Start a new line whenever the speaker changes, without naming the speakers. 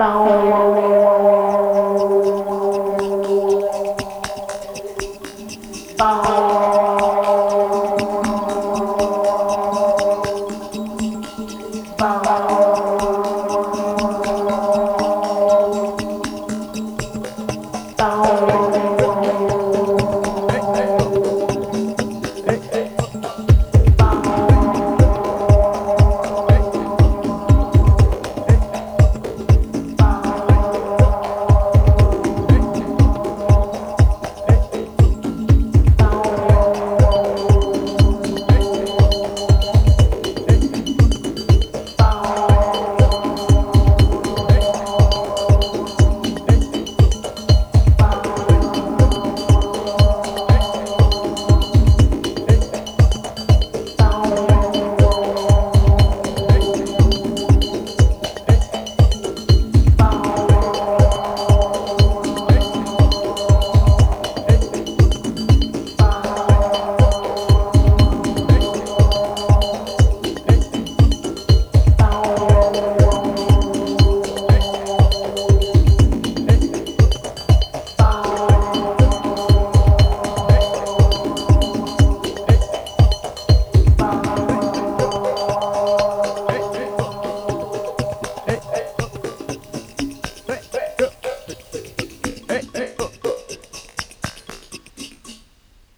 Bow, wow, wow.